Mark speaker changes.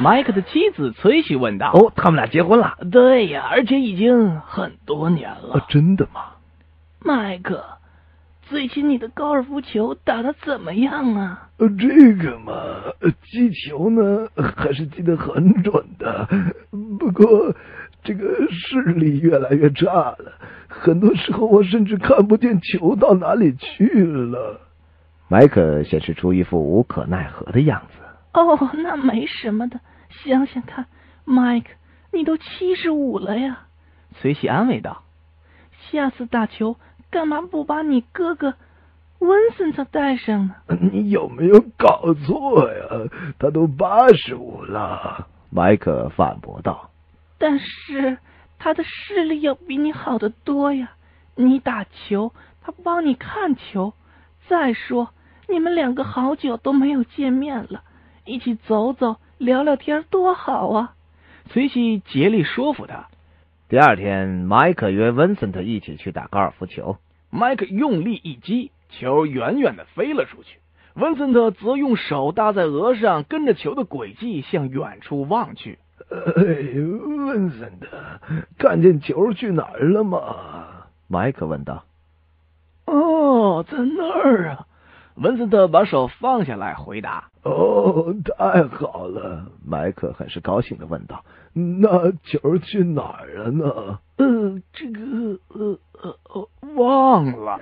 Speaker 1: 麦克的妻子崔西问道。
Speaker 2: 哦，他们俩结婚了？
Speaker 1: 对呀，而且已经很多年
Speaker 2: 啊
Speaker 1: 了。
Speaker 2: 真的吗？
Speaker 1: 麦克，最近你的高尔夫球打得怎么样啊？
Speaker 2: 呃，这个嘛，呃击球呢还是击得很准的，不过这个视力越来越差了，很多时候我甚至看不见球到哪里去了。
Speaker 3: 麦克显示出一副无可奈何的样子。
Speaker 1: 哦，那没什么的。想想看，麦克，你都七十五了呀。崔西安慰道：“下次打球干嘛不把你哥哥温森特带上呢？”
Speaker 2: 你有没有搞错呀？他都八十五了。
Speaker 3: 麦克反驳道
Speaker 1: 但是他的视力要比你好得多呀。你打球，他帮你看球。再说，你们两个好久都没有见面了，一起走走，聊聊天多好啊！崔西竭力说服他。：“
Speaker 3: 第二天，麦克约温森特一起去打高尔夫球。
Speaker 1: 麦克用力一击，球远远的飞了出去。文森特则用手搭在额上，跟着球的轨迹向远处望去。
Speaker 2: 哎，问森特，看见球去哪儿了吗？”
Speaker 3: 麦克问道
Speaker 1: 哦，在那儿啊！文森特把手放下来，回答。
Speaker 2: 哦，太好了！：“
Speaker 3: 麦克很是高兴的问道。
Speaker 2: 那球去哪儿了呢？
Speaker 1: 呃
Speaker 2: 嗯
Speaker 1: 呃，这个呃呃呃，忘了。